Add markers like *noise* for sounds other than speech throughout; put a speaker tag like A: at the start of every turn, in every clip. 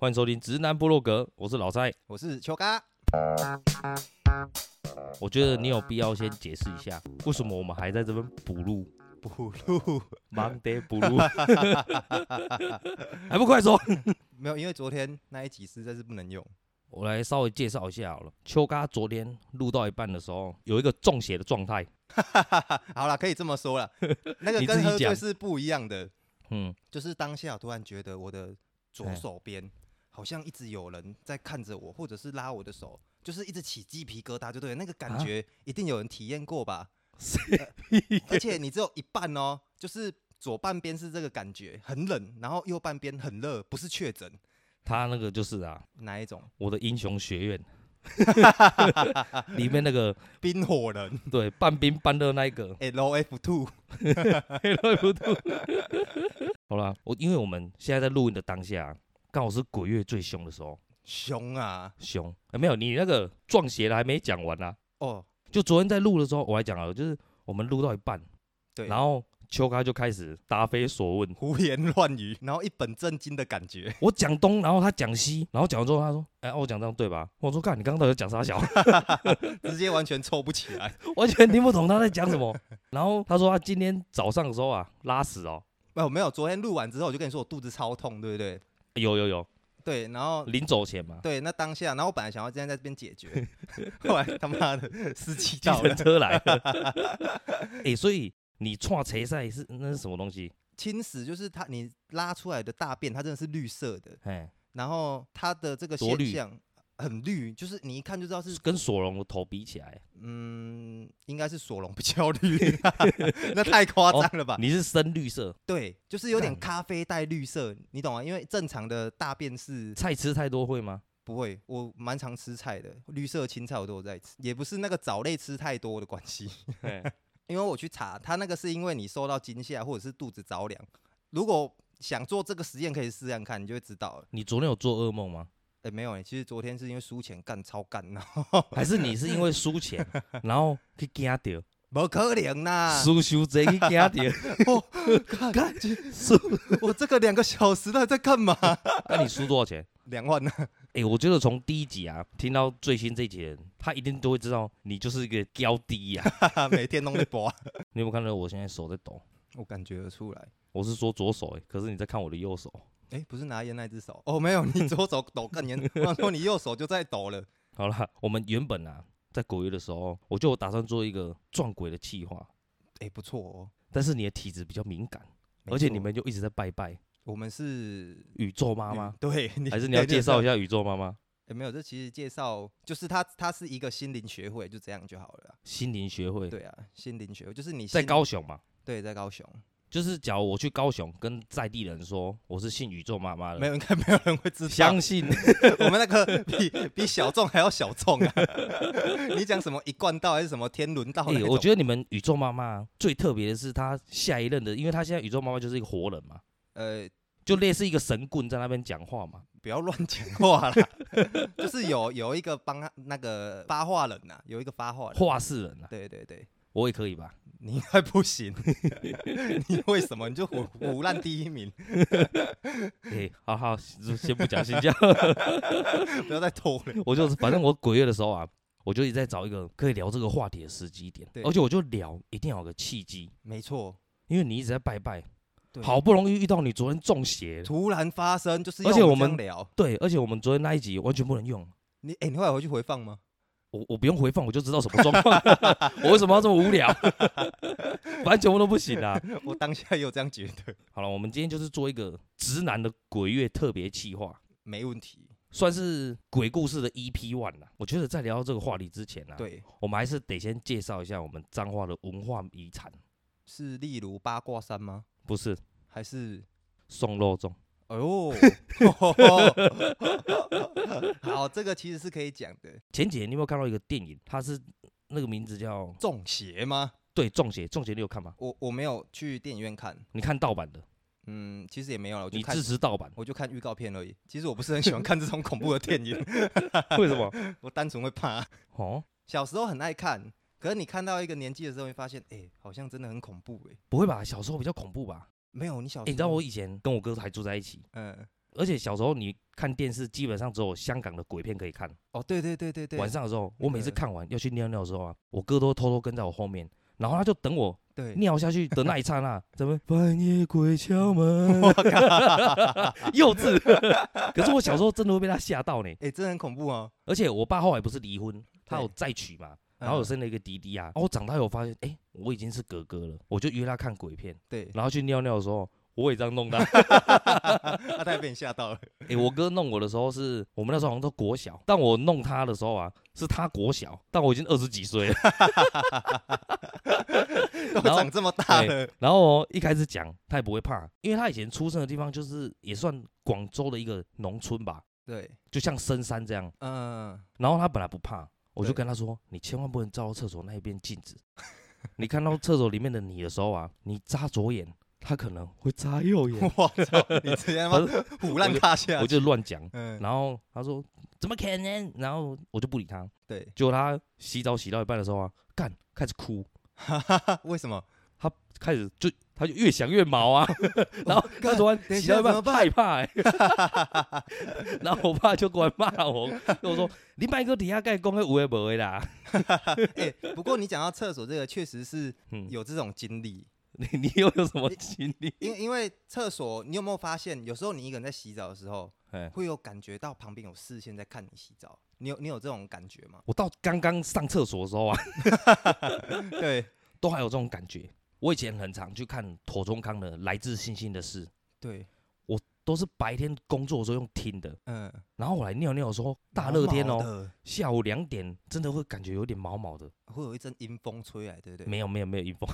A: 欢迎收听《直男部落格》，我是老蔡。
B: 我是秋嘎。
A: 我觉得你有必要先解释一下，为什么我们还在这边补录
B: 补录
A: Monday 补录，还不快说？
B: *laughs* 没有，因为昨天那一集实在是不能用。
A: 我来稍微介绍一下好了。秋嘎昨天录到一半的时候，有一个中邪的状态。
B: 好啦，可以这么
A: *laughs*
B: 说啦，那个
A: 你自
B: 跟
A: 己
B: 喝
A: 讲
B: 醉是不一样的。
A: 嗯，
B: 就是当下突然觉得我的左
A: 哎
B: 手边好像一直有人在看着我，或者是拉我的手，就是一直起鸡皮疙瘩，就对了，那个感
A: 啊
B: 觉一定有人体验过吧？呃
A: 谁
B: 而且你只有一半哦，就是左半边是这个感觉，很冷，然后右半边很热，不是确诊
A: 他那个就是啊，
B: 哪一种？
A: 我的英雄学院里面那个
B: 冰火人
A: 对半冰半热那一个， *laughs*
B: L F two，
A: 黑了不吐。好啦，我因为我们现在在录音的当下，刚好是鬼月最凶的时候，
B: 凶啊！
A: 凶。哎，没有，你那个撞邪的还没讲完呢、啊。
B: 哦，
A: 就昨天在录的时候，我还讲了，就是我们录到一半，
B: 对，
A: 然后秋咖就开始答非所
B: *laughs*
A: 问，
B: 胡言乱语，然后一本正经的感觉。 *laughs*
A: 我讲东，然后他讲西，然后讲完之后他说：“哎、啊我讲这样对吧？”我说：“干，你刚刚到底在讲啥小？
B: 直接完全凑不起来。 *laughs*
A: 完全听不懂他在讲什么。”然后他说他今天早上的时候啊，拉屎哦，
B: 没有没有，昨天录完之后我就跟你说我肚子超痛，对不对？
A: 哎有有有，
B: 对，然后
A: 临走前嘛，
B: 对，那当下，然后我本来想要今天在这边
A: *laughs*
B: 解决，后来他妈的司机
A: 计
B: 到了
A: 程，车来
B: *laughs*
A: 了。哎、所以你串车赛是那是什么东西？
B: 侵蚀就是它你拉出来的大便，它真的是绿色的，
A: 哎，
B: 然后它的这个
A: 多绿
B: 现象很绿，就是你一看就知道是
A: 跟索隆的头比起来，
B: 嗯，应该是索隆比较
A: *laughs*
B: 绿，那太夸张了吧？
A: 你是深绿色。
B: 对，就是有点
A: 干
B: 咖啡带绿色，你懂吗？因为正常的大便是
A: 菜吃太多会吗？
B: 不会，我蛮常吃菜的，绿色青菜我都有在吃，也不是那个藻类吃太多的关系。 *laughs*
A: 哎
B: 因为我去查，它那个是因为你受到惊吓或者是肚子着凉。如果想做这个实验，可以试试看，你就会知道了。
A: 你昨天有做噩梦吗？
B: 哎、没有哎、其实昨天是因为输钱干超干， *laughs* 然后
A: 还是你是因为输
B: *laughs*
A: 钱，然后去惊掉，
B: 没可能
A: *laughs*
B: 啦。
A: 输输贼去惊掉，
B: 我看，
A: 输？
B: 我这个两个小时到底在干嘛？ *laughs*
A: 那你输多少钱？
B: 两万呢、
A: 哎、我觉得从第一集啊听到最新这一集的人，他一定都会知道你就是一个高低呀、
B: 啊， *laughs* *laughs* 每天都在播，
A: 你有没有看到我现在手在抖？
B: 我感觉得出来。
A: 我是说左手、欸，可是你在看我的右手。
B: 哎、不是拿烟那只手哦，没有，你左手抖更严重，我想说你右手就在抖了。
A: 好啦，我们原本啊在鬼月的时候，我就有打算做一个撞鬼的计划，
B: 哎、不错哦。
A: 但是你的体质比较敏感，
B: 没
A: 而且
B: 错
A: 你们就一直在拜拜
B: 我们是
A: 宇宙妈妈
B: 嗯，对，
A: 还是你要介
B: 一下？对对
A: 绍一下宇宙妈妈
B: 欸、没有，这其实介绍就是它，它是一个心灵学会，就这样就好了啊。
A: 心灵学会？
B: 对啊，心灵学会就是你
A: 在
B: 心
A: 高雄嘛。
B: 对，在高雄
A: 就是假如我去高雄跟在地人说我是信宇宙妈妈的，
B: 没有，应该没有人会知道。
A: 相 *laughs* 信
B: 我们那个比比小众还要小众啊！ *laughs* 你讲什么一贯道还是什么天伦道
A: 哎、
B: 那种？
A: 我觉得你们宇宙妈妈最特别的是她下一任的，因为她现在宇宙妈妈就是一个活人嘛，
B: 呃，
A: 就类似一个神棍在那边讲话嘛。
B: 不要乱讲话啦。 *laughs* 就是有有一个帮他那个发话人呐、有一个发话人。
A: 话事人啊，
B: 对对对，
A: 我也可以
B: *laughs*
A: 吧？
B: 你应该不行， *laughs* 你为什么你就胡胡烂第一名？ *laughs*
A: 哎、好好，先不讲 *laughs* 新疆，
B: 不要再拖了。
A: 我就是反正我鬼月的时候啊，我就一直在找一个可以聊这个话题的时机点，
B: 对
A: 而且我就聊一定要有个契机，
B: 没错，
A: 因为你一直在拜拜，
B: 对
A: 好不容易遇到你昨天中邪，
B: 突然发生，就是
A: 而且
B: 要
A: 我
B: 这样
A: 们
B: 聊
A: 对，而且我们昨天那一集完全不能用。
B: 你，哎、你后来回去回放吗？
A: 我我不用回放，我就知道什么状况。 *laughs* 我为什么要这么无聊？ *laughs* 完全都不行啊！
B: 我当下也有这样觉得， *laughs*
A: 好了，我们今天就是做一个直男的鬼月特别企划，
B: 没问题。
A: 算是鬼故事的 EP one 啦。我觉得在聊到这个话题之前啊，，
B: 对，
A: 我们还是得先介绍一下我们彰化的文化遗产，
B: 是例如八卦山吗？
A: 不是
B: 还是？
A: 送肉粽。*laughs*
B: 哎呦， *laughs* 好，这个其实是可以讲的。
A: 前几年你有没有看到一个电影？它是那个名字叫
B: 中邪吗？
A: 对中邪，中邪你有看吗？
B: 我我没有去电影院看，
A: 你看盗版的，
B: 嗯，其实也没有了，我就
A: 你
B: 看，
A: 支持盗版
B: 我就看预告片而已。其实我不是很喜欢看这种恐怖的电影， *laughs*
A: 为什么？
B: 我单纯会怕。啊
A: 哦，
B: 小时候很爱看，可是你看到一个年纪的时候，会发现，哎、好像真的很恐怖哎、
A: 不会吧？小时候比较恐怖吧？
B: 没有，你小时候、
A: 欸你知道我以前跟我哥还住在一起，
B: 嗯，
A: 而且小时候你看电视，基本上只有香港的鬼片可以看。
B: 哦，对对对对对，
A: 晚上的时候，我每次
B: 对
A: 看完要去尿尿的时候啊，我哥都偷偷跟在我后面，然后他就等我
B: 对，
A: 尿下去的那一刹那，怎么半夜鬼敲门？幼稚。 *laughs* 可是我小时候真的会被他吓到呢。
B: 哎、真的很恐怖哦。
A: 而且我爸后来不是离婚，他有
B: 对
A: 再娶嘛，然后有
B: 嗯
A: 生了一个弟弟啊。然后我长大以后发现，哎，我已经是哥哥了，我就约他看鬼片，
B: 对，
A: 然后去尿尿的时候。我也这样弄他。
B: 啊，他也被你吓
A: *laughs*
B: 到了。
A: 哎、我哥弄我的时候是我们那时候好像都国小，但我弄他的时候啊，是他国小，但我已经二十几岁了。 *laughs*
B: 都
A: 然后
B: 长这么大
A: 对
B: 了，
A: 然后哦一开始讲他也不会怕，因为他以前出生的地方就是也算广州的一个农村吧，
B: 对，
A: 就像深山这样。
B: 嗯，
A: 然后他本来不怕，我就
B: 对
A: 跟他说：“你千万不能照到厕所那一边镜子，你看到厕所里面的你的时候啊，你眨左眼，他可能会眨右眼。
B: 我操，你直接他妈虎烂大下
A: 我，就乱讲。
B: 嗯，
A: 然后他说：“怎么可能？”然后我就不理他。
B: 对，
A: 结果他洗澡洗到一半的时候啊，干开始哭，
B: 啊为什么？
A: 开始就他就越想越毛
B: *laughs*
A: 啊，然
B: 哦
A: 后他昨
B: 等
A: 晚
B: 一
A: 洗到
B: 下
A: 一
B: 怎么
A: 半害
B: 办
A: 怕、欸， *laughs* 然后我爸就过来骂我，跟我说：“你买个底下盖公个无为不为啦。 *laughs*
B: *laughs* 哎、不过你讲到厕所这个，确实是”
A: 嗯，
B: 有这种经历，
A: 你你又有什么经历？
B: 因因为厕所，你有没有发现，有时候你一个人在洗澡的时候，
A: 哎，？
B: 会有感觉到旁边有视线在看你洗澡，你有你有这种感觉吗
A: 我到刚刚上厕所的时候啊，
B: *laughs* 对
A: 都还有这种感觉。我以前很常去看妥中康的《来自星星的事》，
B: 对，
A: 都是白天工作的时候用听的，
B: 嗯，
A: 然后我来尿尿的时候，大热天哦、
B: 毛毛的
A: 下午两点真的会感觉有点毛毛的。
B: 会有一阵阴风吹来，对不对？
A: 没有没有没有一风，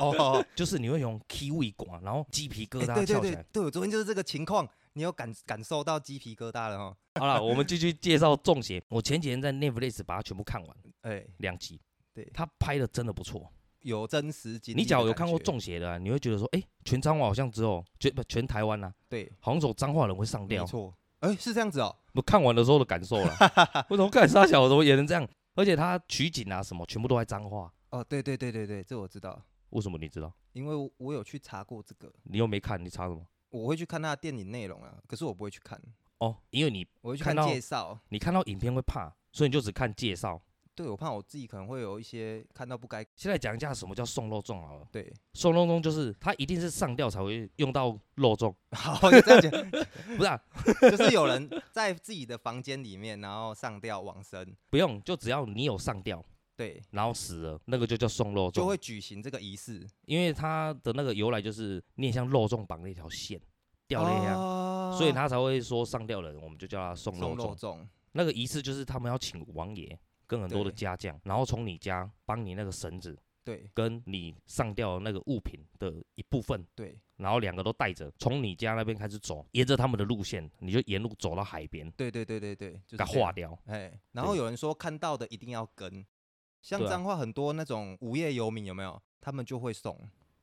B: 哦，
A: 就是你会用 kiwi 刮，然后鸡皮疙
B: 哎
A: 瘩
B: 对
A: 翘
B: 对
A: 起来。
B: 对对，我昨天就是这个情况，你有感感受到鸡皮疙瘩了哦。
A: 好了，我们继续介绍《中邪》。我前几天在 Netflix 把它全部看完
B: 哎，
A: 两集，
B: 对
A: 他拍的真的不错。
B: 有真实经历的感觉。
A: 你只要有看过《中邪》的、啊，你会觉得说，哎、全彰化好像只有全不全台湾啦、啊
B: 对，
A: 好像只有彰化人会上
B: 没
A: 吊。
B: 错。哎，是这样子哦。
A: 我看完的时候的感受啦，
B: *laughs*
A: 我怎么看沙小怎么也能这样？而且他取景啊什么，全部都在彰化。
B: 哦，对对对对对，这我知道，
A: 为什么你知道？
B: 因为我我有去查过这个，
A: 你又没看，你查什么？
B: 我会去看他的电影内容啊，可是我不会去看，
A: 哦，因为你
B: 我会去
A: 看
B: 看
A: 到
B: 介绍。
A: 你看到影片会怕，所以你就只看介绍。
B: 对，我怕我自己可能会有一些看到不该
A: 现在讲一下什么叫送肉粽好了。
B: 对。
A: 送肉粽就是它一定是上吊才会用到肉粽，
B: 好，你这样讲，
A: 不是、啊？
B: 就是有
A: *laughs*
B: 人在自己的房间里面，然后上吊往生，
A: 不用，就只要你有上吊，
B: 对，
A: 然后死了，那个就叫送肉粽。
B: 就会举行这个仪式。
A: 因为它的那个由来就是念向肉粽绑那条线吊那样，
B: 哦
A: 所以他才会说上吊的人，我们就叫他送肉粽。
B: 送肉粽，
A: 那个仪式就是他们要请王爷跟很多的
B: 对
A: 家将，然后从你家帮你那个绳子
B: 对
A: 跟你上吊的那个物品的一部分
B: 对
A: 然后两个都带着，从你家那边开始走，沿着他们的路线，你就沿路走到海边，
B: 对对对对对，
A: 给
B: 就是
A: 它
B: 这样
A: 化掉。
B: 哎，然后有人说看到的一定要跟，像
A: 对啊
B: 彰化很多那种无业游民有没有？他们就会送，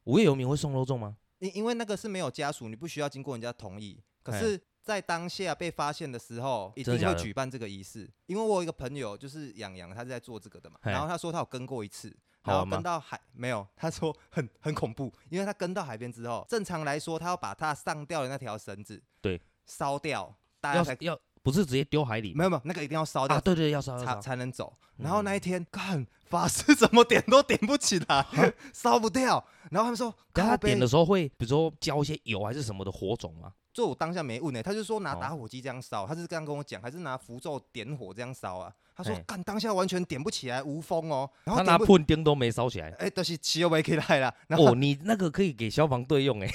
A: 无业游民会送肉粽吗？
B: 因因为那个是没有家属，你不需要经过人家同意。可
A: 哎
B: 是，在当下被发现的时候，一
A: 真
B: 定
A: 的
B: 会
A: 假的
B: 举办这个仪式。因为我有一个朋友就是养羊，他是在做这个的嘛，
A: 哎
B: 然后他说他有跟过一次。
A: 好啊
B: 然后
A: 玩吗
B: 跟到海没有，他说很很恐怖，因为他跟到海边之后，正常来说他要把他上吊的那条绳子
A: 对
B: 烧掉，大家
A: 要
B: 才
A: 要不是直接丢海里吗
B: 没有没有那个一定要烧掉
A: 啊？，对对，要烧嗯
B: 才
A: 要烧。
B: 才能走。然后那一天，看法师怎么点都点不起来，烧不掉。然后他们说，
A: 但啊他
B: 靠背
A: 点的时候会，比如说浇一些油还是什么的火种吗？
B: 这我当下没问呢、他就说拿
A: 哦
B: 打火机这样烧，他是这样跟我讲，还是拿符咒点火这样烧啊？他说
A: 嘿
B: 干当下完全点不起来，无风哦。
A: 他
B: 然后
A: 拿
B: 点不，
A: 喷钉都没烧起来。
B: 哎，都是汽油没起来啦。 *laughs* 然后
A: 哦，你那个可以给消防队用
B: *laughs*
A: 哎、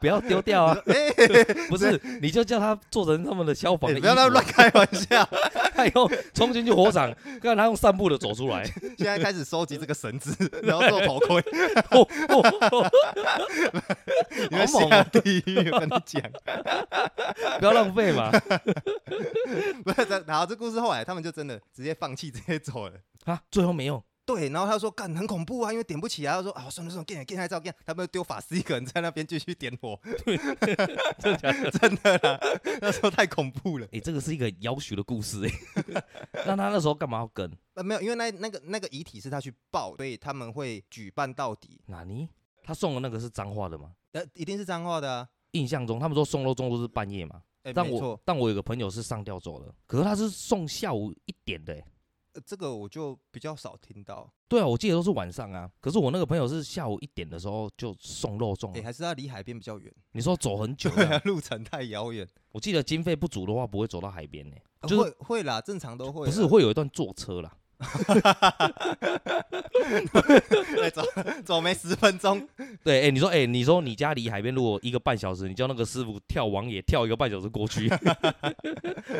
A: 不要丢掉啊！
B: 哎，
A: *laughs* 不是，你就叫他做成他们的消防的衣
B: *laughs* 哎不
A: 服
B: 要
A: 啊。
B: 乱开玩笑。
A: 他以后冲进去火
B: *laughs*
A: 场，看他用散步的走出来。
B: 现在开始收集这个
A: *laughs*
B: 绳子，然后做头盔，
A: 哦哦哦
B: 你会
A: 好猛哦
B: 下地狱。我跟你讲， *laughs*
A: 不要浪费嘛！
B: 不是。然后这故事后来他们就真的直接放弃，直接走了。
A: 啊，最后没用。
B: 对，然后他说干很恐怖啊，因为点不起来。他说啊，算了算了，给你给你照给你，他们丢法师一个人在那边继续点
A: *laughs*
B: 火，
A: 真的假的？
B: *laughs* 真的啦，那时候太恐怖了。
A: 哎、这个是一个要求的故事哎、 *laughs* 那他那时候干嘛要跟？
B: 呃，没有，因为那那个那个遗体是他去报，所以他们会举办到底。
A: 哪尼？他送的那个是脏话的吗？
B: 呃，一定是脏话的啊，
A: 印象中，他们说送肉粽都是半夜嘛，
B: 哎、
A: 但
B: 没
A: 我
B: 错、
A: 但我有个朋友是上吊走了，可是他是送下午一点的、欸，
B: 呃这个我就比较少听到。
A: 对啊，我记得都是晚上啊，可是我那个朋友是下午一点的时候就送肉粽
B: 哎、
A: 了，
B: 还是它离海边比较远，
A: 你说走很久、
B: 对啊
A: *laughs* 啊，，
B: 路程太遥远。
A: 我记得经费不足的话不会走到海边呢、
B: 呃
A: 就是
B: 会会啦，正常都会啦。
A: 不是会有一段坐车啦，
B: 哎 *laughs* 走走没十分钟，
A: 对，哎、你说，哎、你说你家离海边如果一个半小时，你叫那个师傅跳网也跳一个半小时过 *laughs* 去，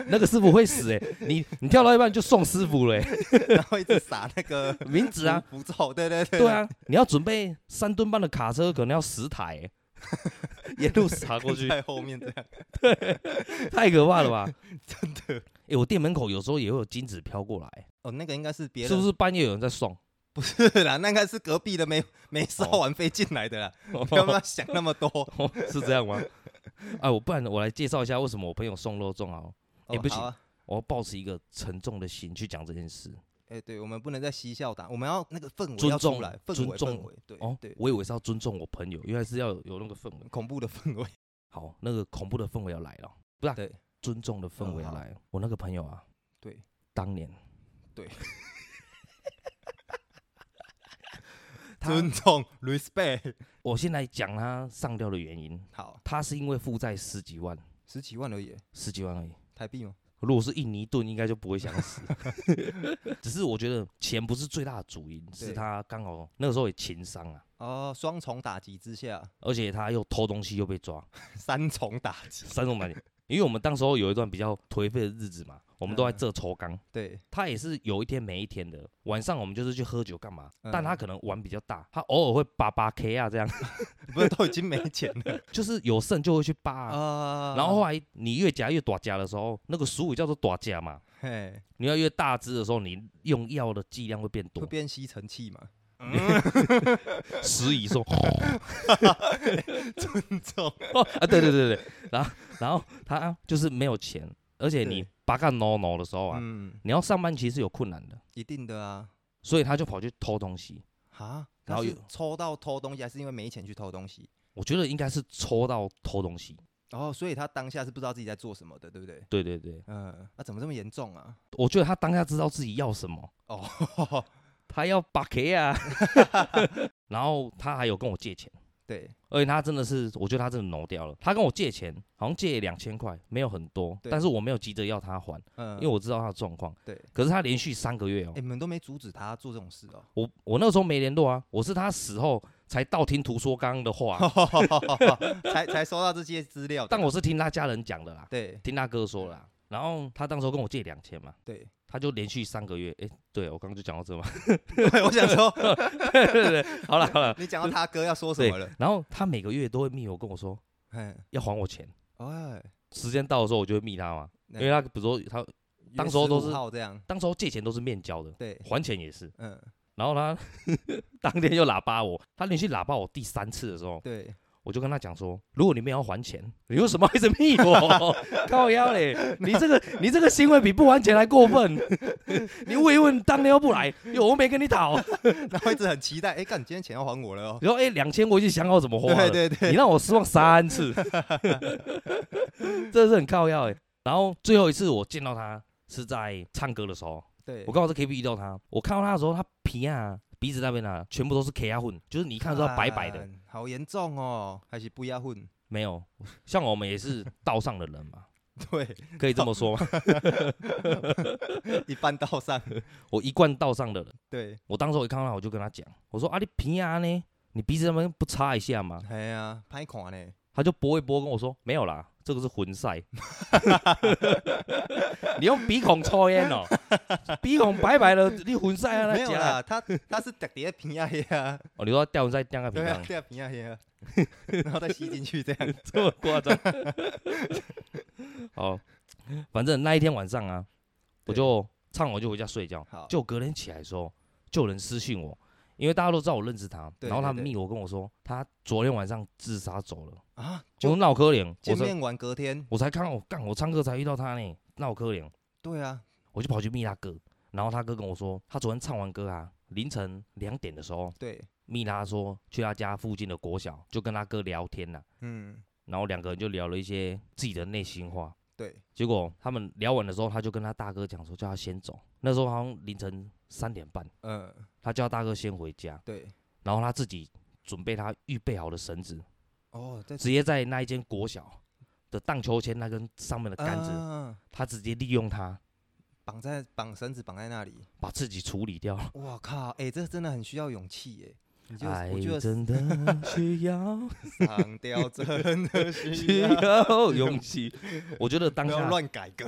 A: 那个师傅会死哎、你你跳到一半就送师傅了、欸，
B: 然后一直撒那个
A: *laughs* 名字啊，
B: 符咒，对对对
A: 对，啊，你要准备三吨半的卡车，可能要十台、
B: *laughs*
A: 欸，沿路撒过去，
B: 在后面这样，
A: 太可怕了吧？
B: 真的。
A: 哎、我店门口有时候也会有金子飘过来、
B: *laughs* 哦，那个应该是别人，
A: 是不是半夜有人在送？
B: *laughs* 是？啦，那应该是隔壁的没没烧完飞进来的啦，不要不要想那么多。
A: *laughs* 哦是这样吗？哎，我不然我来介绍一下为什么我朋友送肉粽啊，
B: 哦
A: 不行
B: 好啊
A: 我要抱持一个沉重的心去讲这件事。
B: 哎，对，我们不能再嬉笑打，我们要那个氛围
A: 尊
B: 要
A: 重
B: 出来，氛
A: 尊
B: 围
A: 重
B: 氛围，对
A: 哦
B: 对，，
A: 我以为是要尊重我朋友，原来是要有那个氛围。
B: 恐怖的氛围。
A: 好，那个恐怖的氛围要来了，不是、啊、
B: 对，
A: 尊重的氛围要
B: 嗯好
A: 来了。我那个朋友啊，
B: 对，
A: 当年，
B: 对，
A: *laughs* 他，
B: 尊重 respect。
A: 我先来讲他上吊的原因，
B: 好，
A: 他是因为负债十几万，
B: 十几万而已，
A: 十几万而已。
B: 台币吗？
A: 如果是印尼盾，应该就不会想
B: *laughs*
A: 死。只是我觉得钱不是最大的主因，是
B: 对
A: 他刚好那个时候也情商啊，
B: 哦，双重打击之下，
A: 而且他又偷东西又被抓，
B: 三重打击。
A: *laughs* 三种反应。因为我们当时候有一段比较颓废的日子嘛，我们
B: 嗯
A: 都在这抽缸。
B: 对，
A: 他也是有一天没一天的，晚上我们就是去喝酒干嘛？
B: 嗯
A: 但他可能玩比较大，他偶尔会八八 K 啊，这样 *laughs*
B: 不是都已经没钱了
A: 就是有剩就会去扒 *laughs* 啊、
B: 啊
A: 然后后来你越夹越短夹的时候，那个俗语叫做短夹嘛。
B: 嘿，
A: 你要越大只的时候，你用药的剂量会变多
B: 会，变吸尘器
A: *laughs*
B: 嘛？
A: 食蚁兽 *laughs*
B: 尊重，
A: 啊，对对对对，然后然后他就是没有钱，而且你
B: 对
A: 八干 no no 的时候啊，
B: 嗯，
A: 你要上班其实有困难的，
B: 一定的啊，
A: 所以他就跑去偷东西。
B: 哈，
A: 然
B: 他
A: 后
B: 是
A: 有
B: 抽到偷东西，还是因为没钱去偷东西？
A: 我觉得应该是抽到偷东西，
B: 然后，哦所以他当下是不知道自己在做什么的，对不对？
A: 对对对，
B: 嗯，那怎么这么严重啊？
A: *laughs* 我觉得他当下知道自己要什么，
B: 哦，
A: 他要八 K 啊， *laughs* 然后他还有跟我借钱，
B: 对
A: 而且他真的是，我觉得他真的挪掉了。他跟我借钱，好像借两千块，没有很多，
B: 对
A: 但是我没有急着要他还，
B: 嗯，
A: 因为我知道他的状况。
B: 对，
A: 可是他连续三个月哦
B: 哎、，你们都没阻止他做这种
A: *laughs*
B: 事哦。
A: 我我那个时候没联络啊，我是他死后才道听途说刚刚的
B: 哦
A: 话，
B: 才才收到这些资料的，
A: 但我是听他家人讲的啦，
B: 对
A: 听他哥说啊的啦。然后他当时候跟我借两千嘛，
B: 对， *laughs*
A: 他就连续三个月，哎，对我刚刚就讲到这嘛， *laughs*
B: 对我想说，
A: 对对对，好了好了。
B: 你讲到他哥要说什
A: 对
B: 么了？，
A: 然后他每个月都会密我跟我说
B: 嗯，
A: 要还我钱，
B: 哎，
A: 时间到的时候我就会密他嘛，因
B: 因
A: 为他比如说他当时候都是
B: 号这样，
A: 当时候借钱都是面交的， *laughs*
B: 对，
A: 还钱也是。
B: 嗯，
A: 然后他 *laughs* 当天又喇叭我，他连续喇叭我第三次的时候，
B: 对，
A: 我就跟他讲说，如果你们要还钱，你为什么要一直密
B: *laughs*
A: 我？靠腰嘞，你这个你这个行为比不还钱还过分。 *laughs* 你问一问，当天又不来，又我没跟你讨。
B: 然后一直很期待，哎、干，你今天钱要还我了哦。
A: 你说哎，两、0千我已经想好怎么花了，
B: 对对 *laughs* 对，
A: 你让我失望三次，真的是很靠腰哎。然后最后一次我见到他是在唱歌的时候，
B: 对，
A: 我刚好在 KB 遇到他，我看到他的时候，他皮啊鼻子那边啊，全部都是 K 啊混，就是你一看得出他白白的，
B: 干，好严重哦，还是不要混。
A: 没有像我们也是道上的人嘛，
B: *laughs* 对，
A: 可以这么说吗？
B: 一般道上，
A: 我一贯道上的人，
B: 对，
A: 我当时我一看到他，我就跟他讲，我说啊你皮啊呢，你鼻子那边不擦一下吗？
B: 哎呀，拍款呢，
A: 他就拨一拨跟我说没有啦，这个是魂塞， *laughs* 你用鼻孔抽烟
B: *laughs*
A: 哦，鼻孔白白的，你魂塞啊
B: 没
A: 那
B: 有
A: 家
B: 啦，他他是特别平啊
A: *laughs*
B: 呀，
A: 哦，你说掉魂塞掉个皮
B: 对
A: 囊
B: 啊，，对啊，平啊呀，然后再吸进去这样，
A: 这么夸张？ *laughs* 好，反正那一天晚上啊，我
B: 对
A: 就唱完就回家睡觉。
B: 好，
A: 就隔天起来的时候，就有人私信我，因为大家都知道我认识他，
B: 对
A: 然后他
B: 对对
A: 密我跟我说，他昨天晚上自杀走了。
B: 啊，
A: 我
B: 就
A: 说闹可怜，我
B: 见
A: 才
B: 面完隔天，
A: 我才看我干，我唱歌才遇到他呢，闹可怜，
B: 对啊，
A: 我就跑去密他哥，然后他哥跟我说，他昨天唱完歌啊，凌晨两点的时候，
B: 对，
A: 密他说去他家附近的国小，就跟他哥聊天呐、
B: 嗯，
A: 然后两个人就聊了一些自己的内心话。
B: 对，
A: 结果他们聊完的时候，他就跟他大哥讲说，叫他先走。那时候好像凌晨三点半，
B: 嗯，
A: 他叫大哥先回家，
B: 对，
A: 然后他自己准备他预备好的绳子，
B: 哦，在
A: 直接在那一间国小的荡秋千那根上面的杆子，
B: 嗯
A: 他直接利用它
B: 绑在绑绳子绑在那里，
A: 把自己处理掉了。
B: 哇靠，哎、这真的很需要勇气哎、你就
A: 爱
B: 我觉得
A: 真
B: *laughs*
A: 的需要
B: 上
A: *laughs*
B: 吊真的 *laughs* 需
A: 需
B: 要，
A: 要勇气。我觉得当
B: 不要
A: 下
B: 乱改革。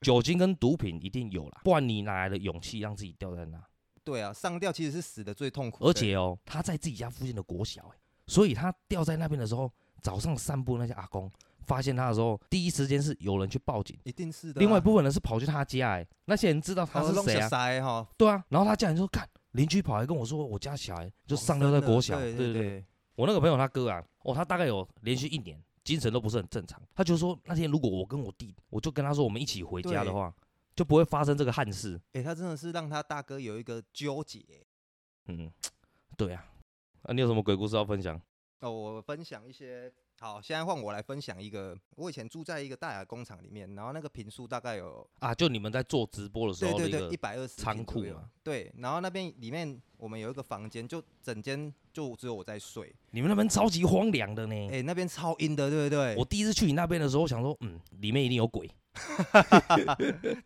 A: 酒精跟毒品一定有啦，不然你哪来的勇气让自己掉在
B: *laughs*
A: 那？
B: 对啊，上吊其实是死的最痛苦的，
A: 而且哦，他在自己家附近的国小、欸，所以他掉在那边的时候，早上散步那些阿公发现他的时候，第一时间是有人去报警，
B: 一定是的啊。
A: 另外一部分人是跑去他家、欸，那些人知道他
B: 他
A: 是谁啊？
B: 塞哈，
A: 对啊，然后他家人说，看邻居跑来跟我说，我家小孩就上吊在国小，
B: 哦对
A: 对
B: 对，
A: 我那个朋友他哥啊，哦，他大概有连续一年精神都不是很正常。他就说那天如果我跟我弟，我就跟他说我们一起回家的话，就不会发生这个憾事。
B: 哎、他真的是让他大哥有一个纠结欸、
A: 嗯，对啊。啊，你有什么鬼故事要分享？
B: 哦，我分享一些。好，现在换我来分享一个。我以前住在一个大雅工厂里面，然后那个平数大概有
A: 啊，就你们在做直播的时
B: 对
A: 候的
B: 对
A: 一
B: 对
A: 个
B: 一百二十
A: 仓库啊嘛。
B: 对，然后那边里面我们有一个房间，就整间就只有我在睡。
A: 你们那边超级荒凉的呢。
B: 哎、那边超阴的，对不
A: 嗯
B: 对？
A: 我第一次去你那边的时候，想说，嗯，里面一定有鬼。
B: *laughs*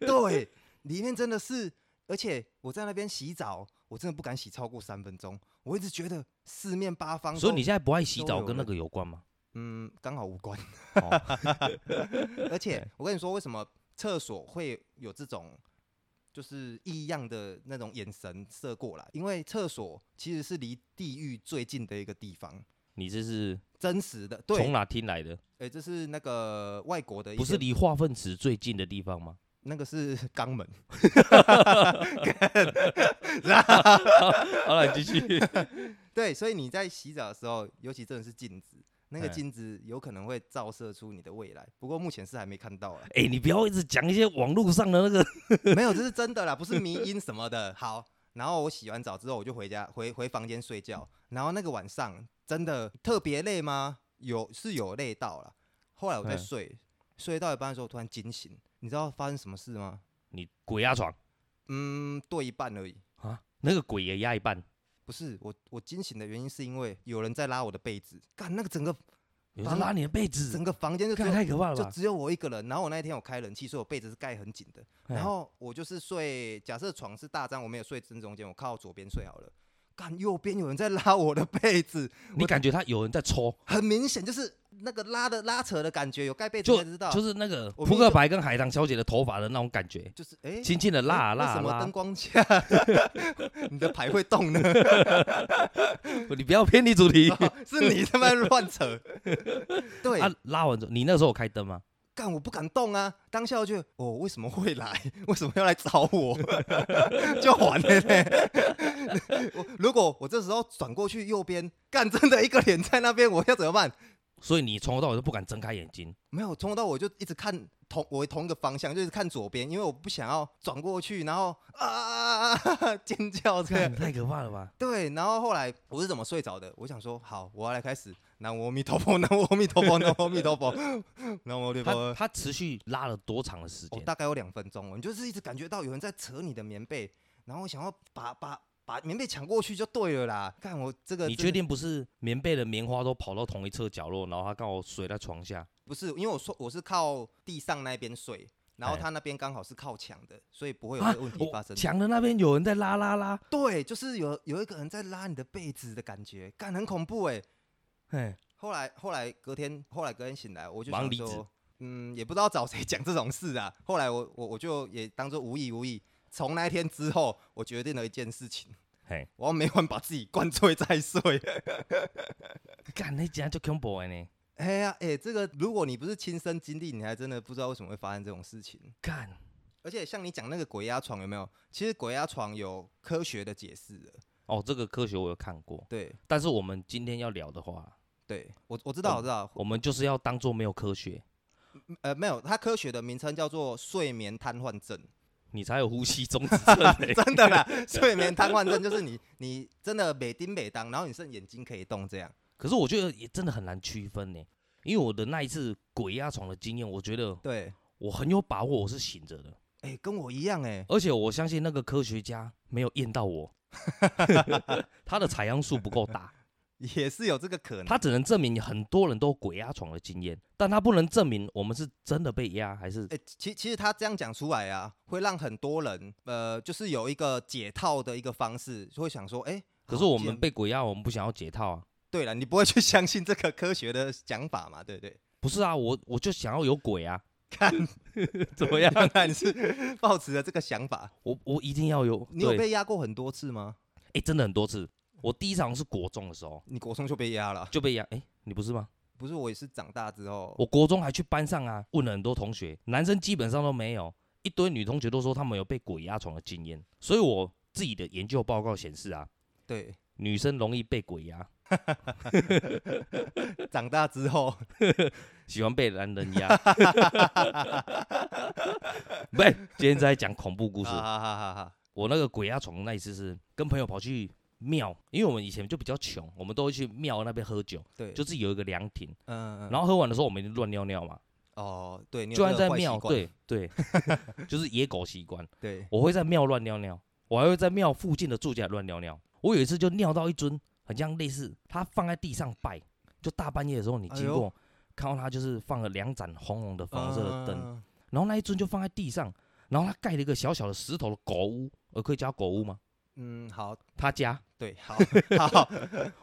B: 对，里面真的是，而且我在那边洗澡，我真的不敢洗超过三分钟。我一直觉得四面八嗯方都，
A: 所以你现在不爱洗
B: 都
A: 澡，
B: 有
A: 跟那
B: 人
A: 个有关吗？
B: 嗯，刚好无关。
A: 哦
B: *laughs* 而且我跟你说，为什么厕所会有这种就是异样的那种眼神射过来？因为厕所其实是离地狱最近的一个地方，
A: 你这是
B: 真实的。对，
A: 从
B: 哎、
A: 哪听来的？
B: 这是那个外国的一
A: 不
B: 篇，
A: 是离化粪池最近的地方
B: *laughs*
A: 吗？
B: 那个是肛门。
A: 好了，你继 *laughs* 续。
B: 对，所以你在洗澡的时候，尤其真的是镜子，那个
A: 哎，
B: 镜子有可能会照射出你的未来。不过目前是还没看到啊
A: 哎、你不要一直讲一些网络上的那个。 *laughs*
B: *laughs* 没有，这是真的啦，不是迷因什么的。好，然后我洗完澡之后，我就回家回回房间睡觉。然后那个晚上真的特别累吗？有是有累到了。后来我在
A: 哎
B: 睡，睡到一半的时候突然惊醒，你知道发生什么事吗？
A: 你鬼压床
B: 嗯，对一半而已。
A: 啊？那个鬼也压一半，
B: 不是我，我惊醒的原因是因为有人在拉我的被子，干那个整个
A: 有人拉你的被
B: 整
A: 子，
B: 个房间就只
A: 看
B: 有
A: 太可怕了
B: 就
A: 吧？
B: 只有我一个人。然后我那一天我开冷气，所以我被子是盖很紧的。然
A: 哎
B: 后我就是睡，假设床是大张，我没有睡正中间，我靠左边睡好了。干右边有人在拉我的被子， *laughs*
A: 你感觉他有人在抽，
B: 很明显就是那个拉的拉扯的感觉，有盖被子
A: 就
B: 才知道。
A: 就是是那个
B: 我
A: 扑
B: 明明
A: 克
B: 就
A: 牌跟海棠小姐的头发的那种感觉，
B: 就是哎，
A: 轻轻的
B: 诶
A: 拉啊拉
B: 为
A: 啊
B: 什么灯
A: 拉，
B: 光下 *laughs* 你的牌会动呢？
A: *laughs*
B: *laughs*
A: 你不要偏离主题
B: 是你他妈乱
A: *laughs*
B: 扯。 *laughs* 对，
A: 啊！拉完之后，你那时候有开灯吗？
B: 干我不敢动啊！当下我就我、哦、为什么会来？ *laughs* 为什么要来找我？ *laughs* 就完了嘞！我 *laughs* 如果我这时候转过去右边，干真的一个脸在那边，我要怎么办？
A: 所以你从头到尾都不敢睁开眼睛，
B: 没有，冲到我就一直看同我同一个方向，就是看左边，因为我不想要转过去，然后啊啊 *laughs* 啊啊啊尖叫这样
A: 看。太可怕了吧？
B: 对，然后后来我是怎么睡着的？我想说，好，我要来开始南无阿弥陀佛，南无阿弥陀佛，南无阿弥陀佛， *laughs* 南无阿弥陀佛
A: 他。他持续拉了多长的时
B: 哦，
A: 间？
B: 大概有两分钟哦，你就是一直感觉到有人在扯你的棉被，然后想要把把把棉被抢过去就对了啦。看我这个
A: 你
B: 真的
A: 确定不是棉被的棉花都跑到同一侧角落，然后他刚好睡在床下？
B: 不是？因为我说我是靠地上那边睡，然后
A: 哎
B: 他那边刚好是靠墙的，所以不会有
A: 啊
B: 这个问题
A: 我
B: 发生。
A: 墙的那边有人在拉拉拉，
B: 对，就是有有一个人在拉你的被子的感觉，干很恐怖哎、
A: 哎，
B: 后来后来隔天后来隔天醒来，我就
A: 忙
B: 想
A: 离职
B: 说，嗯，也不知道找谁讲这种事啊。后来我我我就也当做无意无意。从那一天之后，我决定了一件事情，
A: 嘿，
B: 我要每晚把自己灌醉再睡。
A: 干那家就 combo 的呢，
B: *laughs* 哎呀，哎，这个如果你不是亲身经历，你还真的不知道为什么会发生这种事情。
A: 干。
B: 而且像你讲那个鬼压床有没有？其实鬼压床有科学的解释的。
A: 哦，这个科学我有看过，
B: 对
A: 但是我们今天要聊的话，
B: 对，嗯我我知道我知道，
A: 我们就是要当做没有科学，
B: 呃，没有，它科学的名称叫做睡眠瘫痪 *laughs* 症，
A: 你才有呼吸中止症、欸。
B: *laughs* 真的啦，睡眠瘫痪症就是你你真的每丁每当，然后你剩眼睛可以动这样。
A: 可是我觉得也真的很难区分呢、因为我的那一次鬼压床的经验，我觉得
B: 对，
A: 我很有把握，我是醒着的，
B: 哎，跟我一样哎，
A: 而且我相信那个科学家没有验到我， *laughs* 他的采样数不够
B: *laughs*
A: 大，
B: 也是有这个可能。
A: 他只能证明很多人都有鬼压床的经验，但他不能证明我们是真的被压还是
B: 哎、其其实他这样讲出来啊，会让很多人呃，就是有一个解套的一个方式，就会想说，哎、
A: 可是
B: 好
A: 我
B: 既
A: 们
B: 然
A: 被鬼压，我们不想要解套啊。
B: 对了，你不会去 *laughs* 相信这个科学的讲法嘛？对
A: *laughs*
B: 不对？
A: 不是啊，我我就想要有鬼啊！
B: 看，
A: 怎么样？
B: 原来你是 *laughs* 抱持了这个想法。
A: 我我一定要有。
B: 你有
A: 对
B: 被压过很多次吗？
A: 哎、真的很多次。我第一场是国中的时候
B: 你国中就被压了？
A: 就被压，哎、你不是吗？
B: 不是，我也是长大之后，
A: 我国中还去班上啊，问了很多同学，男生基本上都没有，一堆女同学都说他们有被鬼压床的经验，所以我自己的研究报告显示啊，
B: 对，
A: 女生容易被鬼压，
B: 长大
A: *laughs*
B: 之后，
A: 喜欢被男人压。不，今天在讲恐怖故事
B: 哈。哈哈哈哈，
A: 我那个鬼压床那一次是跟朋友跑去庙，因为我们以前就比较穷，我们都会去庙那边喝酒，
B: 对，
A: 就是有一个凉亭，
B: 嗯，嗯嗯
A: 然后喝完的时候我们乱尿尿嘛，
B: 哦，对，你有
A: 就算
B: 这个
A: 在
B: 坏习
A: 庙，
B: 惯 *laughs*
A: 对对，就是野狗习惯，
B: 对，
A: 我会在庙乱尿尿，我还会在庙附近的住家乱尿尿。我有一次就尿到一尊，很像类似他放在地上拜，就大半夜的时候你
B: 哎
A: 经
B: 呦
A: 过，看到他就是放了两盏红红的粉红色的灯，
B: 嗯，嗯
A: 然后那一尊就放在地上，然后他盖了一个小小的石头的狗屋，呃，可以叫它狗屋吗？
B: 嗯，好，
A: 他家。
B: 对，
A: *laughs*
B: 好，好，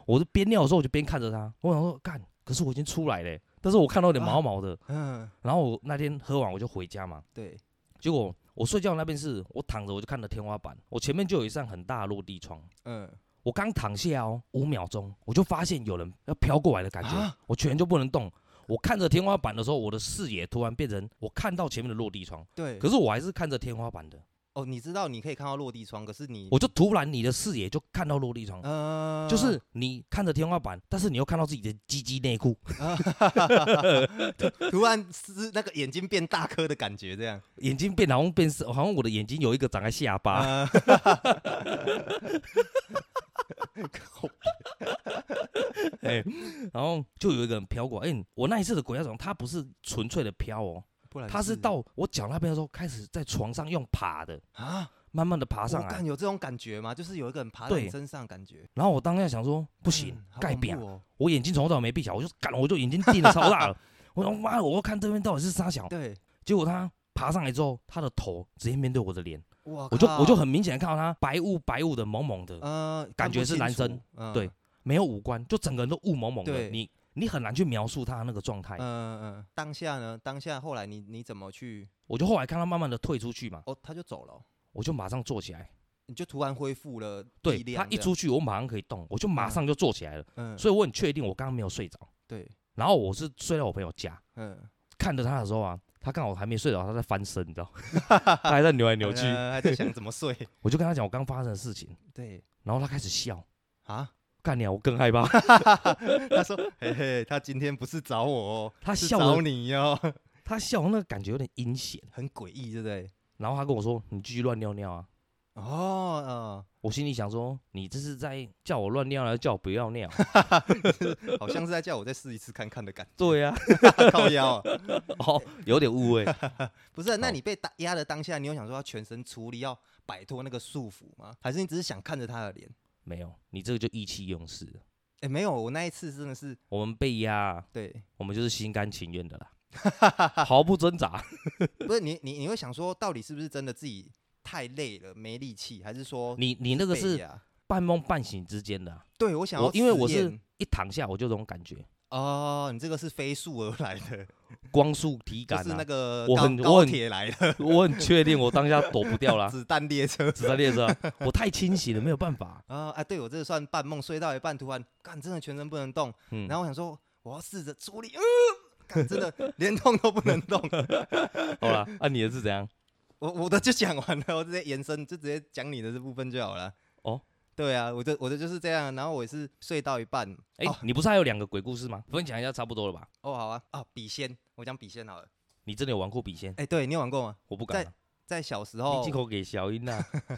A: 我是边尿的时候我就边看着他，我想说干，可是我已经出来了欸、但是我看到有点毛毛的。
B: 嗯，
A: 然后我那天喝完我就回家嘛，
B: 对，
A: 结果我睡觉那边是我躺着我就看着天花板，我前面就有一扇很大的落地窗。
B: 嗯，
A: 我刚躺下哦，五秒钟我就发现有人要飘过来的感觉，
B: 啊
A: 我全就不能动。我看着天花板的时候，我的视野突然变成我看到前面的落地窗，
B: 对，
A: 可是我还是看着天花板的。
B: 哦，你知道你可以看到落地窗，可是你，
A: 我就突然你的视野就看到落地窗，
B: 呃，
A: 就是你看着天花板，但是你又看到自己的鸡鸡内裤，
B: 突然是那个眼睛变大颗的感觉，这样。
A: 眼睛变好像变色，好像我的眼睛有一个长在下巴。
B: 啊，
A: *laughs* 哎然后就有一个人飘过来，哎、我那一次的鬼压床，他不是纯粹的飘哦，
B: 不然
A: 他是到我脚那边的时候，开始在床上用爬的，
B: 啊，
A: 慢慢的爬
B: 爬
A: 上
B: 我
A: 来
B: 干。有这种感觉吗？就是有一个人爬在你
A: 对
B: 身上，感觉
A: 然后我当下想说，不行
B: 嗯，好
A: 盖
B: 恐怖
A: 表，
B: 哦。
A: 我眼睛从头到尾没闭起来，我就干，我就眼睛盯的超大了， *laughs* 我说妈的，我要看这边到底是啥小。
B: 对，
A: 结果他爬上来之后，他的头直接面对我的脸，
B: 哇，
A: 我就我就
B: 靠
A: 很明显地看到他白雾白雾的，蒙蒙的，
B: 呃，
A: 感
B: 看
A: 觉
B: 不
A: 是
B: 清
A: 男
B: 楚
A: 生，
B: 嗯
A: 对，没有五官，就整个人都雾蒙蒙的，
B: 对
A: 你你很难去描述他那个状态
B: 嗯。嗯嗯，当下呢？当下后来你你怎么去？
A: 我就后来看他慢慢的退出去嘛，
B: 哦，他就走了哦，
A: 我就马上坐起来。
B: 你就突然恢复了
A: 对
B: 力量
A: 他一
B: 这样，
A: 出去，我马上可以动，我就马上就坐起来了。
B: 嗯，
A: 所以我很确定我刚刚没有睡着。
B: 对，
A: 然后我是睡到我朋友家，
B: 嗯，
A: 看着他的时候啊，他刚好还没睡着，他在翻身，你知道，
B: *laughs*
A: 他还在扭来扭去。
B: 呃还在想怎么睡，
A: *laughs* 我就跟他讲我刚发生的事情，
B: 对
A: 然后他开始笑，
B: 啊， *laughs*
A: 干你啊！我更害怕。
B: 他说：“ *laughs* 嘿嘿，他今天不是找我、
A: *laughs*
B: 哦，
A: 他
B: 是
A: 笑
B: 找
A: 了，
B: 你哦，
A: 他笑那个感觉有点阴险。
B: 很诡异，对不对？”
A: 然后他跟我说：“你继续乱尿尿啊！”
B: 嗯哦，
A: 我心里想说：“你这是在叫我乱尿，还是叫我不要尿 *laughs*
B: 呃，好像是在叫我再试一次看看的感？” *laughs* 觉，
A: 对呀、啊
B: 靠腰、啊，
A: 哦，有点误会。
B: *laughs* 不是？啊那
A: 好
B: 你被打压的当下，你有想说要全身出力，要摆脱那个束缚吗？还是你只是想看着他的脸？
A: 没有，你这个就意气用事了。
B: 哎，没有，我那一次真的是
A: 我们被压，
B: 对，
A: 我们就是心甘情愿的啦，毫不挣
B: *laughs*
A: 扎。
B: 不是你，你你会想说，到底是不是真的自己太累了，没力气，还是说
A: 你你那个
B: 被
A: 是
B: 压
A: 半梦半醒之间的啊、
B: 对我想要
A: 我
B: 试
A: 因
B: 验，
A: 为我是一躺下我就有这种感觉，
B: 哦，你这个是飞速而来
A: *laughs*
B: 的，
A: 光速体
B: 就
A: 感
B: 是
A: 啊
B: 那，个
A: 我
B: 高
A: 很我
B: 高
A: 很
B: 铁来的。
A: 我很确定我当下躲不
B: *laughs*
A: 掉啦。
B: 子弹列车
A: 子弹列车啊，我太清醒了，没有办
B: *laughs*
A: 法。
B: 啊啊！对我这算半梦，睡到一半突然干，真的全身不能动。
A: 嗯，
B: 然后我想说，我要试着出力，嗯、干真
A: *laughs*
B: 的连动都不能动。
A: 好啦，啊，你的是怎样？
B: 我我的就讲完了，我直接延伸，就直接讲你的这部分就好了。
A: 哦，
B: 对啊，我的我的就是这样。然后我也是睡到一半，
A: 哎
B: 哦，
A: 你不是还有两个鬼故事吗？分享一下差不多了吧？
B: 哦好啊，啊笔仙，我讲笔仙好了。
A: 你真的有玩过笔仙？
B: 哎，对你有玩过吗？
A: 我不
B: 在哦
A: 敢啊，
B: 在小时
A: 你
B: 候
A: 这，口给小英啊呐，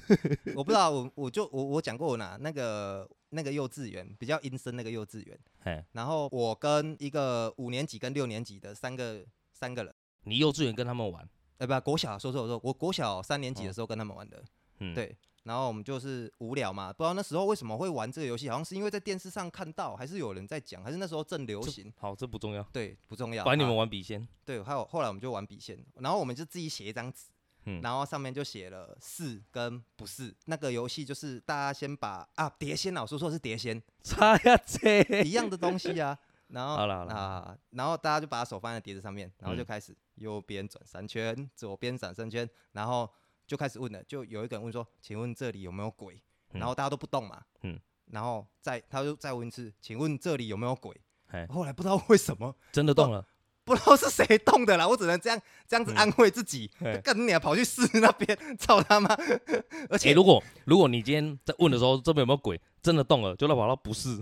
B: 我不知道，我我就我我讲过我哪那个那个幼稚园比较阴森那个幼稚园，
A: 嘿，
B: 然后我跟一个五年级跟六年级的三个三个人，
A: 你幼稚园跟他们玩，
B: 呃，不，国小，说错我说，我国小三年级的时候跟他们玩的，
A: 哦嗯，
B: 对然后我们就是无聊嘛，不知道那时候为什么会玩这个游戏，好像是因为在电视上看到，还是有人在讲，还是那时候正流行。
A: 好，这不重要，
B: 对，不重要。
A: 管你
B: 啊
A: 们玩笔仙，
B: 对，还有后来我们就玩笔仙，然后我们就自己写一张纸，
A: 嗯
B: 然后上面就写了是跟不是。那个游戏就是大家先把啊碟仙啊，我说错是碟仙，
A: *laughs* 差呀这，
B: *laughs* 一样的东
A: *laughs*
B: 西啊。然后
A: 好了好了
B: 啊，然后大家就把手放在碟子上面，然后就
A: 嗯
B: 开始右边转三圈，左边转三圈，然后就开始问了，就有一个人问说：“请问这里有没有鬼？”然
A: 嗯
B: 后大家都不动嘛，
A: 嗯
B: 然后再他就再问一次：“请问这里有没有鬼
A: 嘿？”，
B: 后来不知道为什么，
A: 真的动了，
B: 不知道是谁动的啦，我只能这样这样子
A: 嗯
B: 安慰自己
A: 嘿。
B: 干你啊，跑去试那边，操他妈！而
A: *laughs* 哎，
B: 且
A: 如果如果你今天在问的时候这边有没有鬼，真的动了，就要跑到不 *laughs* 是，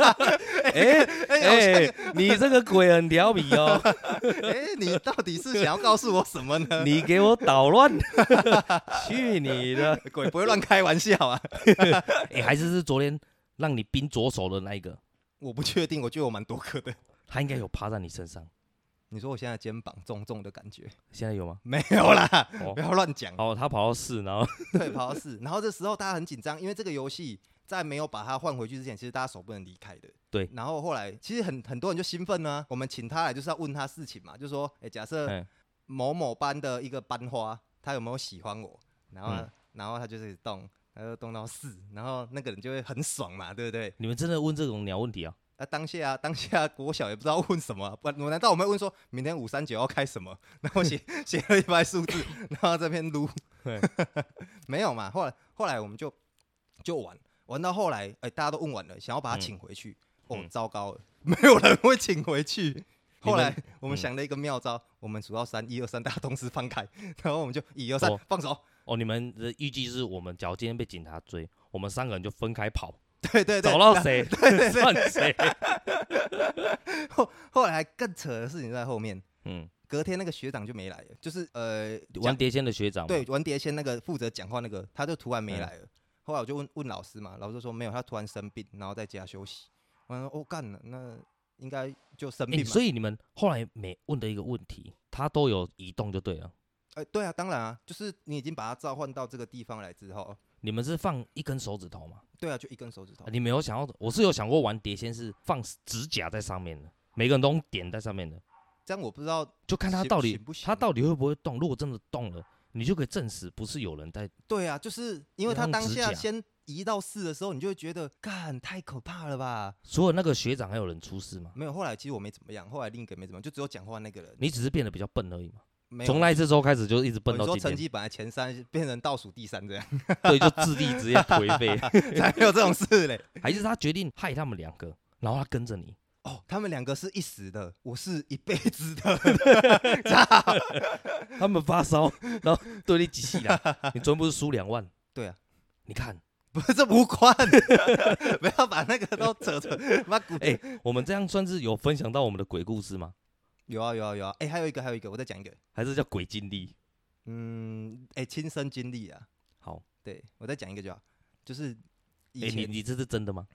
A: 哎
B: 哎
A: 哎，你这个鬼很调皮哦，
B: *laughs* 哎，你到底是想要告诉我什么呢？
A: 你给我捣乱， *laughs* 去 *laughs* 你的！
B: 鬼不会乱开玩笑啊！
A: 哎，还是是昨天让你冰左手的那一个，
B: 我不确定，我觉得我蛮多颗的。 *laughs*
A: 他应该有趴在你身上，
B: 你说我现在肩膀重重的感觉
A: 现在有吗？
B: 没有啦，
A: 哦
B: 不要乱讲。 *laughs*
A: 哦，他跑到四，然后 *laughs*
B: 对，跑到四，然后这时候大家很紧张，因为这个游戏在没有把它换回去之前，其实大家手不能离开的。
A: 对
B: 然后后来其实很很多人就兴奋呢、我们请他来就是要问他事情嘛，就说，哎，假设
A: 嗯
B: 某某班的一个班花，她有没有喜欢我？然后、
A: 嗯
B: 然后他就是动，他就动到四，然后那个人就会很爽嘛，对不对？
A: 你们真的问这种鸟问题啊？
B: 那、当下当下国小也不知道问什么、啊，不然我难道我们会问说明天五三九要开什么？ *laughs* 然后写写了一排数字，然后这边撸
A: 对，
B: *laughs* 没有嘛？后来后来我们就就玩玩到后来，哎、大家都问完了，想要把他请回去，哦，
A: 嗯
B: 糟糕了， *laughs* 没有人会请回去。后来我们
A: 嗯
B: 想了一个妙招，我们数到三，一二三，大家同时放开，然后我们就一二三
A: 哦
B: 放手， *laughs*
A: 哦，你们的预计是我们，假如今天被警察追，我们三个人就分开跑，
B: 对对对，
A: 找到
B: 然后
A: 谁
B: 对
A: *laughs* 算谁。
B: 后后来还更扯的事情在后面， *laughs*
A: 嗯，
B: 隔天那个学长就没来了，就是呃
A: 玩碟仙的学长嘛，
B: 对，玩碟仙那个负责讲话那个，他就突然没
A: 嗯
B: 来了。后来我就问问老师嘛，老师说没有，他突然生病，然后在家休息。我想说哦干了，那应该就生
A: 诶
B: 病嘛。
A: 所以你们后来每问的一个问题，他都有移动就对了。
B: 哎、对啊，当然啊，就是你已经把他召唤到这个地方来之后，
A: 你们是放一根手指头吗？
B: 对啊，就一根手指头。
A: 你没有想要，我是有想过玩碟仙是放指甲在上面的，每个人都用点在上面的，
B: 这样我不知道，
A: 就看他
B: 行
A: 到底
B: 行不行
A: 他到底会不会动。如果真的动了，你就可以证实不是有人在。
B: 对啊，就是因
A: 要
B: 为他
A: 用
B: 当
A: 指
B: 下
A: 甲
B: 先移到四的时候，你就会觉得干太可怕了吧？
A: 所有那个学长还有人出事吗？
B: 没有，后来其实我没怎么样，后来另一个没怎么样，就只有讲话那个人。
A: 你只是变得比较笨而已嘛。
B: 没有
A: 从那一次之后开始就一直
B: 哦
A: 笨
B: 你
A: 到
B: 说
A: 今
B: 成
A: 天，
B: 绩本来前三变成倒数第三
A: *laughs*
B: 这样，
A: 对，就智力直接颓废。 *laughs*
B: 才没有这种事嘞。
A: 还是他决定害他们两个，然后他跟着你。
B: 哦，他们两个是一时的，我是一辈子的。
A: 他们发 *laughs* 烧，然后对你几戏啦。 *laughs* 你昨天不是输两万？
B: 对啊，
A: 你看，
B: 不是这无
A: *laughs*
B: 关，不要把那个都扯扯。妈骨
A: 哎、我们这样算是有分享到我们的鬼故事吗？
B: 有啊有啊有啊，哎、还有一个还有一个，我再讲一个，
A: 还是叫鬼经历？
B: 嗯，哎、亲身经历啊，
A: 好，
B: 对我再讲一个就好，就
A: 哎、
B: 是以
A: 你
B: 前、
A: 你这是真的吗？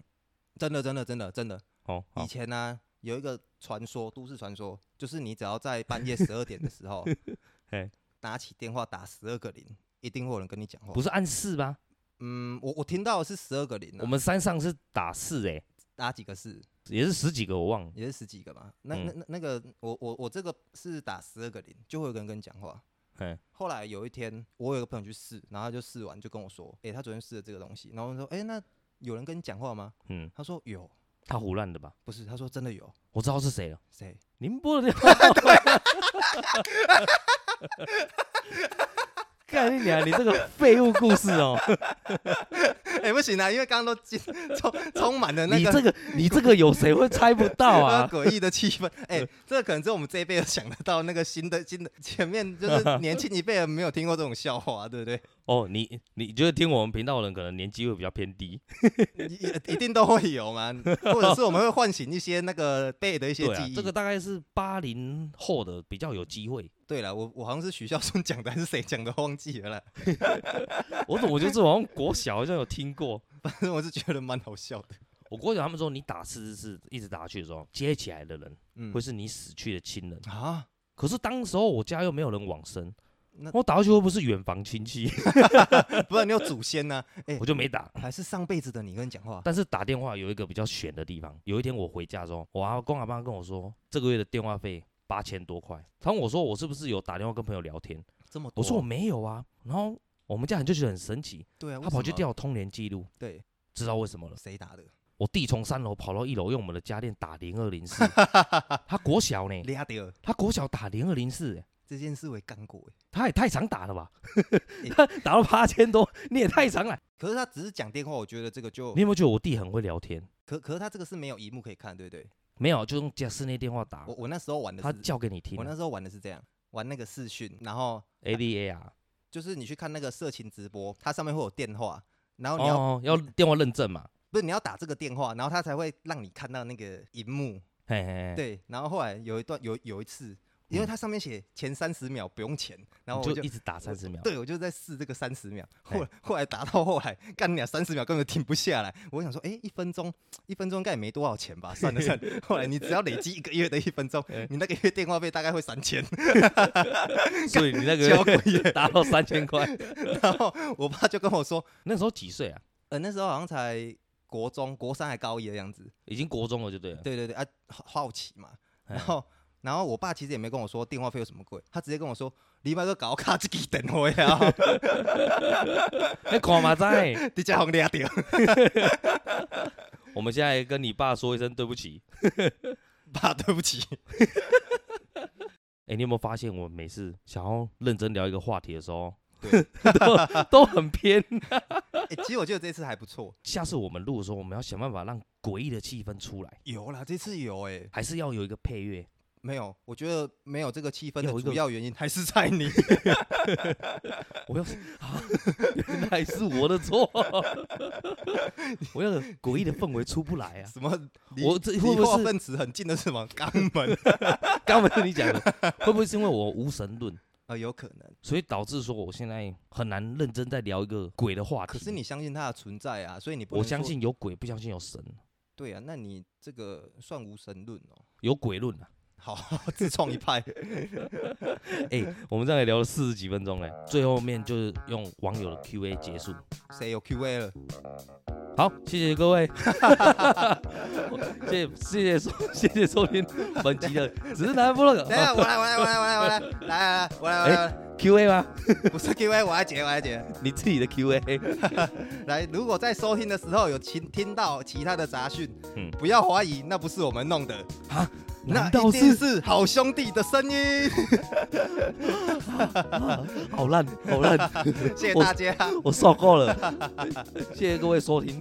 B: 真的真的真的真的，
A: 哦，
B: 以
A: 好，
B: 前呢、有一个传说，都市传说，就是你只要在半夜十二点的时候
A: *laughs* 嘿，
B: 拿起电话打十二个零，一定会有人跟你讲话
A: 不。是暗示吗？
B: 嗯，我我听到的是十二个零、啊，
A: 我们山上是打四哎、
B: 打几个是？
A: 也是十几个，我忘了。
B: 也是十几个嘛。那
A: 嗯
B: 那那那个，我我我这个是打十二个零，就会有个人跟你讲话。
A: 嗯，
B: 后来有一天，我有个朋友去试，然后他就试完就跟我说，诶、他昨天试了这个东西，然后我说，诶、那有人跟你讲话吗？
A: 嗯，
B: 他说有，
A: 他胡乱的吧？
B: 不是，他说真的有，
A: 我知道是谁了，
B: 谁？
A: 宁波 *laughs* 的。干你娘！你这个废物故事哦，
B: 诶、哎、不行啊，因为刚刚都进 *laughs* 充充满了那
A: 你
B: 个
A: 这
B: *laughs*
A: 个你这个有谁会猜不到
B: 呃 *laughs*
A: 啊？
B: 诡异的气氛。哎、这可能只有我们这一辈有想得到，那个新的新的前面就
A: *laughs*
B: 是年轻一辈人没有听过这种笑话，对不对？
A: 哦，你你觉得听我们频道的人可能年纪会比较偏低，
B: 一一定都会有嘛，或者是我们会唤醒一些那个背的一些
A: 对啊
B: 记忆。，
A: 这个大概是八零后的比较有机会。
B: 对了，我我好像是许孝顺 *laughs* 讲的，还是谁讲的忘记了啦。
A: 我怎么觉得这好像国小好像有听过？
B: 反正我是觉得蛮好笑的。
A: 我国小他们说你打四四四一直打下去的时候，接起来的人
B: 嗯
A: 会是你死去的亲人。
B: 啊，
A: 可是当时候我家又没有人往生
B: 那，
A: 我打下去会不会是远房亲戚？ *laughs*
B: 不然你有祖先呐、哎、
A: 我就没打。
B: 还是上辈子的你跟你讲话。
A: 但是打电话有一个比较悬的地方。有一天我回家之后，我阿公阿妈跟我说，这个月的电话费八千多块。他问我说，我是不是有打电话跟朋友聊天？
B: 这么
A: 我
B: 多，
A: 说我没有啊。然后我们家人就觉得很神奇，
B: 对啊，为
A: 他
B: 什
A: 跑去
B: 么，
A: 调通联记录，
B: 对，
A: 知道为什么了？
B: 谁打的？
A: 我弟从三楼跑到一楼，用我们的家电打零二零
B: *laughs*
A: 四。他国小呢，
B: 俩的
A: 他国小打零二零四，欸
B: 这件事我也干过、哎
A: 他也太常打了吧？ *laughs* 他打到八千多，你也太常了。
B: 可是他只是讲电话，我觉得这个就
A: 你有没有觉得我弟很会聊天？
B: 可可是他这个是没有一幕可以看，对不对？
A: 没有，啊就用家室内电话打
B: 我，我那时候玩的
A: 他
B: 是，
A: 叫给你听啊
B: 我那时候玩的是这样，玩那个视讯，然后
A: ，A V A 啊。
B: 就是你去看那个色情直播，它上面会有电话，然后你要、
A: 哦，要电话认证嘛。
B: 不是你要打这个电话，然后他才会让你看到那个荧幕，
A: 嘿嘿，嘿，
B: 对。然后后来有一段有有一次，因为
A: 嗯
B: 它上面写前三十秒不用钱，然后
A: 你
B: 我
A: 就
B: 就
A: 一直打三十秒。
B: 对，我就在试这个三十秒，
A: 嘿
B: 后来后来打到后来，干你俩三十秒根本停不下来。我想说，哎、一分钟，一分钟应该也没多少钱吧？算了算
A: *laughs*
B: 了，后来你只要累积一个月的一分钟
A: 哎，
B: 你那个月电话费大概会
A: *laughs*
B: 三千，
A: 所以你那
B: 交
A: 个。
B: 鬼耶
A: *laughs* 达到三千块，
B: 然后我爸就跟我说，
A: 那时候几岁啊？
B: 呃，那时候好像才国中、国三还高一的样子。
A: 已经国中了就对了。
B: 对对对，啊，好好奇嘛。
A: 哎
B: 然后，然后我爸其实也没跟我说电话费有什么贵，他直接跟我说，礼拜个搞卡自己等我呀，
A: 哎，看嘛在，
B: 你家红啊俩掉。
A: 我们现在跟你爸说一声对不起。
B: 爸，对不 *laughs* 起。
A: 哎，你有没有发现，我每次想要认真聊一个话题的时候，
B: *laughs* 对
A: 都都很偏。
B: 哎、其实我觉得这次还不错，
A: 下次我们录的时候，我们要想办法让诡异的气氛出来，
B: 有啦，这次有哎、
A: 还是要有欸一个配乐。
B: 没有，我觉得没有这个气氛的
A: 有一
B: 主
A: 个
B: 要原因还是在你。
A: 我要 *laughs* 啊，原来是我的
B: *laughs*
A: 错， *laughs* 我要有诡异的氛围出不来啊。
B: 什么离？
A: 我这
B: 离
A: 会不会
B: 化
A: 是
B: 分子很近的是什么？肛门
A: *laughs* 刚不是你讲的，会不会是因为我无神论，
B: 啊，有可能。
A: 所以导致说我现在很难认真在聊一个鬼的话题？
B: *laughs* 可是你，相信它的存在啊，所以你不
A: 我
B: 能
A: 相
B: 说。
A: 信有鬼，不相信有神，
B: 对啊，那你这个算无神论哦。
A: 有鬼论啊。
B: 好， *laughs* 自创一派。
A: 哎、 *laughs* 我们这样也聊了四十几分钟嘞，最后面就是用网友的 Q&A 结束。
B: 谁有 Q&A 了？
A: 好，谢谢各位， *laughs* 谢谢谢谢收谢谢收听本集的直男部落 *laughs*
B: 等一
A: 格
B: 下，我来，我来，我来，我来，我来，来来来，我来，我来，我来
A: Q&A 吗？
B: 不是 Q&A，我来解，我来解。
A: 你自己的 Q&A。
B: 来，如果在收听的时候有听听到其他的杂讯，
A: 嗯
B: 不要怀疑，那不是我们弄的，那
A: 难
B: 一
A: 道
B: 定
A: 是
B: 是好兄弟的声音。
A: *laughs* 好烂好烂？
B: 谢谢
A: *laughs* 我
B: 大家， *laughs*
A: 我受够了，谢谢各位收听，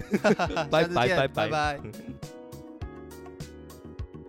A: 拜
B: 下次
A: 拜
B: 见
A: 拜
B: 拜
A: 拜。
B: 拜。